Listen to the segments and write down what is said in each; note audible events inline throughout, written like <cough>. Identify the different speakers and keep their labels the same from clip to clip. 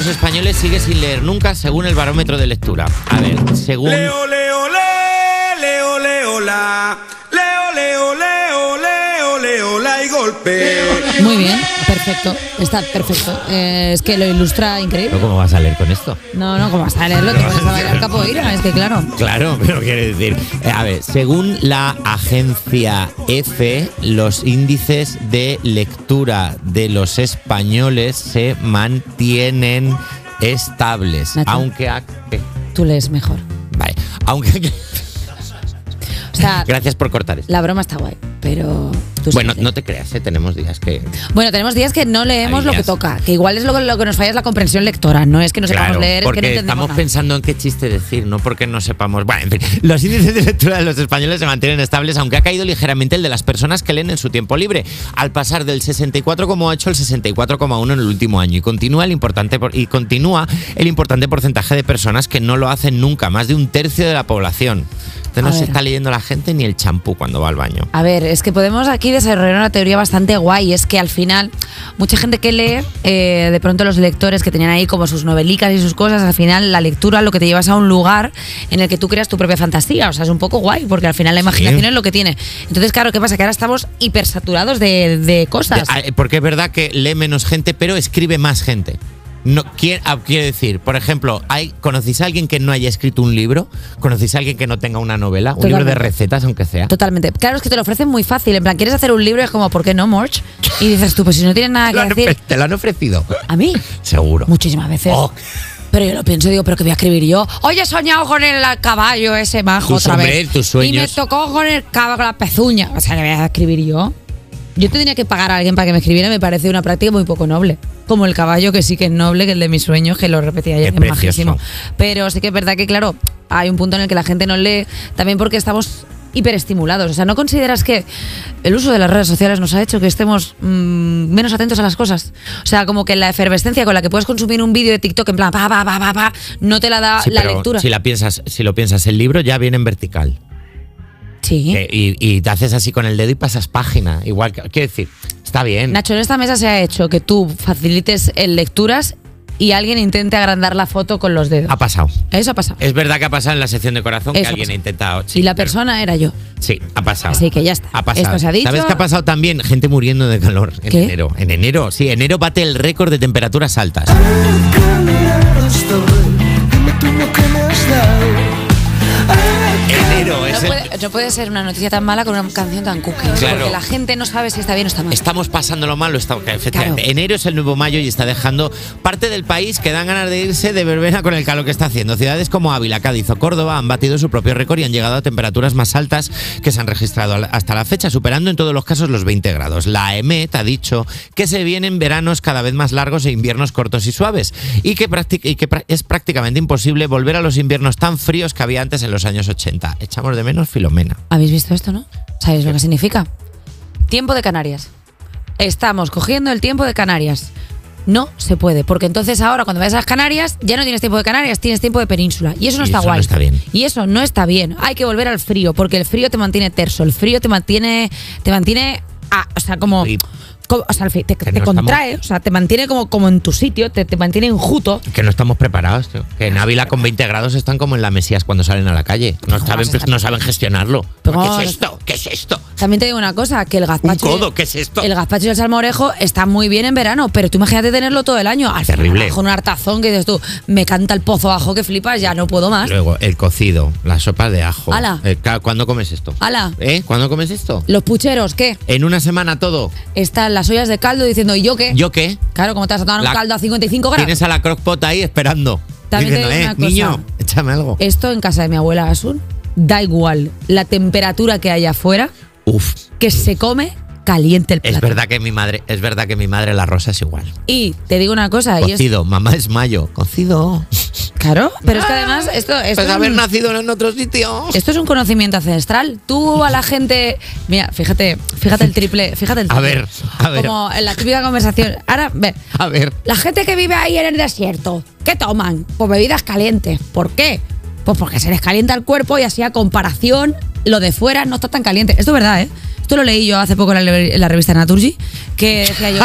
Speaker 1: Los españoles sigue sin leer nunca según el barómetro de lectura. A ver, según...
Speaker 2: Leo, leo, le, leo, leo, la. Leo, leo, leo, leo, leo, la y golpe.
Speaker 3: Muy bien, perfecto. Está perfecto. Eh, es que lo ilustra increíble.
Speaker 1: ¿Pero ¿Cómo vas a leer con esto?
Speaker 3: No, no, como hasta leerlo, te pones a bailar capoeira, es que claro.
Speaker 1: Claro, <laughs> pero quiere decir. eh, A ver, según la agencia EFE, los índices de lectura de los españoles se mantienen estables.
Speaker 3: Nacho.
Speaker 1: Aunque. ha- eh,
Speaker 3: Tú lees mejor.
Speaker 1: Vale. Aunque.
Speaker 3: O sea,
Speaker 1: <laughs> Gracias por cortar esto.
Speaker 3: la broma está guay, pero. tú sí
Speaker 1: Bueno,
Speaker 3: lees.
Speaker 1: no te creas, eh, tenemos días que.
Speaker 3: Bueno, tenemos días que no leemos
Speaker 1: Hay
Speaker 3: lo que
Speaker 1: días.
Speaker 3: toca, que igual es lo, lo que nos falla es la comprensión lectora, no es que no sepamos
Speaker 1: Claro,
Speaker 3: leer, es que
Speaker 1: porque
Speaker 3: no entendemos
Speaker 1: estamos
Speaker 3: nada.
Speaker 1: pensando en qué chiste decir, no porque no sepamos. Bueno, en fin, los índices de lectura de los españoles se mantienen estables, aunque ha caído ligeramente el de las personas que leen en su tiempo libre, al pasar del 64,8 al 64,1 en el último año. Y continúa el importante por- y continúa el importante porcentaje de personas que no lo hacen nunca, más de un tercio de la población. Entonces
Speaker 3: A
Speaker 1: no se
Speaker 3: ver.
Speaker 1: está leyendo la gente ni el champú cuando va al baño.
Speaker 3: A ver, es que podemos aquí desarrollar una teoría bastante guay. Es que al final, mucha gente que lee, eh, de pronto los lectores que tenían ahí como sus novelicas y sus cosas, al final la lectura lo que te llevas a un lugar en el que tú creas tu propia fantasía. O sea, es un poco guay, porque al final la imaginación es lo que tiene. Entonces, claro, ¿qué pasa? Que ahora estamos hipersaturados de, de cosas.
Speaker 1: De- ah, Porque es verdad que lee menos gente, pero escribe más gente. No, quiere, quiere decir, por ejemplo, hay, ¿conocéis a alguien que no haya escrito un libro? ¿Conocéis a alguien que no tenga una novela? Un libro de
Speaker 3: Totalmente.
Speaker 1: recetas, aunque sea.
Speaker 3: Totalmente. Claro, es que te lo ofrecen muy fácil. En plan, ¿quieres hacer un libro? Y es como, ¿por qué no, Morch? Y dices tú, pues si no tienes
Speaker 1: <laughs>
Speaker 3: nada
Speaker 1: Lo
Speaker 3: que
Speaker 1: han
Speaker 3: decir.
Speaker 1: ofre- te lo han ofrecido.
Speaker 3: A mí,
Speaker 1: Seguro.
Speaker 3: muchísimas veces.
Speaker 1: Oh.
Speaker 3: Pero yo lo pienso y digo, ¿pero qué voy a escribir yo? Hoy he soñado con el caballo ese majo
Speaker 1: Tus
Speaker 3: otra vez.
Speaker 1: hombres, tus
Speaker 3: Y me
Speaker 1: sueños.
Speaker 3: tocó con el caballo, con la pezuña. O sea, ¿le voy a escribir yo? Yo tendría que pagar a alguien para que me escribiera, me parece una práctica muy poco noble. Como el caballo, que sí que es noble, que el de mis sueños, que lo repetía ayer,
Speaker 1: Es
Speaker 3: que es majísimo.
Speaker 1: precioso.
Speaker 3: Pero sí que es verdad que, claro, hay un punto en el que la gente no lee, también porque estamos hiperestimulados. O sea, ¿no consideras que el uso de las redes sociales nos ha hecho que estemos mm, menos atentos a las cosas? O sea, como que la efervescencia con la que puedes consumir un vídeo de TikTok en plan, pa, pa, pa, pa, pa, no te la da
Speaker 1: Sí,
Speaker 3: la
Speaker 1: pero
Speaker 3: lectura.
Speaker 1: Si, la piensas, si lo piensas, el libro ya viene en vertical.
Speaker 3: sí.
Speaker 1: Eh, y, y te haces así con el dedo y pasas página. Igual que, quiero decir, está bien.
Speaker 3: Nacho, en esta mesa se ha hecho que tú facilites eh, lecturas y alguien intente agrandar la foto con los dedos.
Speaker 1: Ha pasado.
Speaker 3: Eso ha pasado.
Speaker 1: Es verdad que ha pasado en la sección de corazón
Speaker 3: Eso
Speaker 1: que
Speaker 3: ha
Speaker 1: alguien ha
Speaker 3: pasado.
Speaker 1: intentado.
Speaker 3: y
Speaker 1: sí,
Speaker 3: la
Speaker 1: Eh, pero-
Speaker 3: persona era yo.
Speaker 1: Sí, ha pasado.
Speaker 3: Así que ya está.
Speaker 1: Ha pasado.
Speaker 3: Esto se ha dicho.
Speaker 1: ¿Sabes qué ha pasado también? Gente muriendo de calor en
Speaker 3: ¿Qué?
Speaker 1: enero. En enero, sí, enero bate el récord de temperaturas altas.
Speaker 4: Caminado estoy, dime tú lo que me has dado. Ay,
Speaker 1: Enero
Speaker 3: No
Speaker 1: es el-
Speaker 3: puede, no puede ser una noticia tan mala con una canción tan cookie.
Speaker 1: Claro.
Speaker 3: Porque la gente no sabe si está bien o está mal.
Speaker 1: Estamos pasando lo malo, está, efectivamente.
Speaker 3: Claro.
Speaker 1: Enero es el nuevo mayo y está dejando parte del país que dan ganas de irse de verbena con el calor que está haciendo. Ciudades como Ávila, Cádiz o Córdoba han batido su propio récord y han llegado a temperaturas más altas que se han registrado al- hasta la fecha, superando en todos los casos los 20 grados. La EMET ha dicho que se vienen veranos cada vez más largos e inviernos cortos y suaves y que, prácti- y que prá- es prácticamente imposible volver a los inviernos tan fríos que había antes en los años 80. Echamos de menos Filomena.
Speaker 3: ¿Habéis visto esto, no? ¿Sabéis lo que significa? Tiempo de Canarias. Estamos cogiendo el tiempo de Canarias. No se puede, porque entonces ahora cuando vayas a las Canarias ya no tienes tiempo de Canarias, tienes tiempo de península. Y eso no
Speaker 1: Y
Speaker 3: está
Speaker 1: eso no
Speaker 3: guay.
Speaker 1: está bien.
Speaker 3: Y eso no está bien. Hay que volver al frío, porque el frío te mantiene terso, el frío te mantiene, te mantiene, a- o sea, como,
Speaker 1: Y-
Speaker 3: co- o sea, al fin- te,
Speaker 1: Que
Speaker 3: te
Speaker 1: no estamos-
Speaker 3: contrae, o sea, te mantiene como, como en tu sitio, te, te mantiene enjuto.
Speaker 1: Que no estamos preparados, tío. Que en Ávila con 20 grados están como en la Mesías cuando salen a la calle. No
Speaker 3: ¿Cómo
Speaker 1: saben,
Speaker 3: vas a estar?
Speaker 1: no saben gestionarlo.
Speaker 3: Pero ¿cómo
Speaker 1: ¿Qué
Speaker 3: vas a
Speaker 1: es esto? ¿Qué es esto?
Speaker 3: También te digo una cosa, que el
Speaker 1: Un
Speaker 3: gazpacho...
Speaker 1: codo, ¿qué es esto?
Speaker 3: El gazpacho y el salmorejo está muy bien en verano, pero tú imagínate tenerlo todo el año. Al final,
Speaker 1: Terrible.
Speaker 3: Con un hartazón que dices tú, me canta el pozo ajo que flipas, ya no puedo más.
Speaker 1: Luego, el cocido, la sopa de ajo.
Speaker 3: Ah. Ala.
Speaker 1: Eh, ca- ¿Cuándo comes esto?
Speaker 3: Ala.
Speaker 1: ¿Eh? ¿Cuándo comes esto?
Speaker 3: Los pucheros, ¿qué?
Speaker 1: En una semana todo.
Speaker 3: Están las ollas de caldo diciendo, ¿y yo qué?
Speaker 1: ¿Yo qué?
Speaker 3: Claro, como te vas a tomar
Speaker 1: La-
Speaker 3: un caldo a 55 grados.
Speaker 1: Tienes a la crockpot ahí esperando.
Speaker 3: También te
Speaker 1: Diciendo,
Speaker 3: digo
Speaker 1: eh,
Speaker 3: una cosa. Eh.
Speaker 1: niño, échame algo.
Speaker 3: Esto en casa de mi abuela Asun, da igual la temperatura que haya afuera,
Speaker 1: Uf.
Speaker 3: que se come caliente el plato.
Speaker 1: Es verdad que mi madre, es verdad que mi madre la rosa es igual.
Speaker 3: Y te digo una cosa, y es-
Speaker 1: Cocido, mamá es mayo. Cocido.
Speaker 3: Claro, pero es que además esto, esto
Speaker 1: Pues
Speaker 3: es
Speaker 1: haber
Speaker 3: un-
Speaker 1: nacido en otro sitio.
Speaker 3: Esto es un conocimiento ancestral. Tú a la gente. Mira, fíjate, fíjate el triple. Fíjate el
Speaker 1: A
Speaker 3: triple.
Speaker 1: ver, a ver.
Speaker 3: Como en la típica conversación. Ahora, ve.
Speaker 1: A ver.
Speaker 3: La gente que vive ahí en el desierto, ¿qué toman? Pues bebidas calientes. ¿Por qué? Pues porque se les calienta el cuerpo y así a comparación, lo de fuera
Speaker 1: <laughs>
Speaker 3: no está tan caliente. Esto es verdad, ¿eh? Esto lo leí yo hace poco en la, en la revista Naturgy, que decía yo.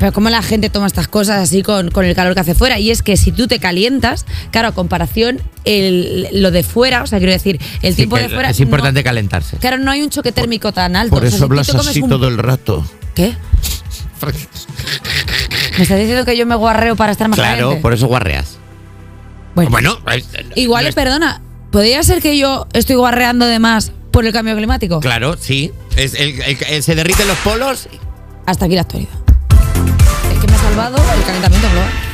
Speaker 3: Pero cómo la gente toma estas cosas así con, con el calor que hace fuera. Y es que si tú te calientas, claro, a comparación, el, lo de fuera, o sea, quiero decir, el
Speaker 1: Sí,
Speaker 3: tiempo
Speaker 1: que
Speaker 3: de fuera.
Speaker 1: es importante
Speaker 3: no-
Speaker 1: calentarse.
Speaker 3: Claro, no hay un choque térmico tan alto.
Speaker 5: Por
Speaker 3: O sea,
Speaker 5: eso
Speaker 3: si tú te
Speaker 5: hablas
Speaker 3: comes
Speaker 5: así
Speaker 3: un-
Speaker 5: todo el rato.
Speaker 3: ¿Qué? ¿Me estás diciendo que yo me guarreo para estar más
Speaker 1: Claro,
Speaker 3: caliente?
Speaker 1: por eso guarreas.
Speaker 3: Bueno.
Speaker 1: Bueno, pues, es-
Speaker 3: Igual,
Speaker 1: no
Speaker 3: eh,
Speaker 1: es-
Speaker 3: perdona, ¿podría ser que yo estoy guarreando de más por el cambio climático?
Speaker 1: Claro, sí. Es el- el- el- se derriten los polos.
Speaker 3: Hasta aquí la actualidad. Es que me ha salvado el calentamiento global.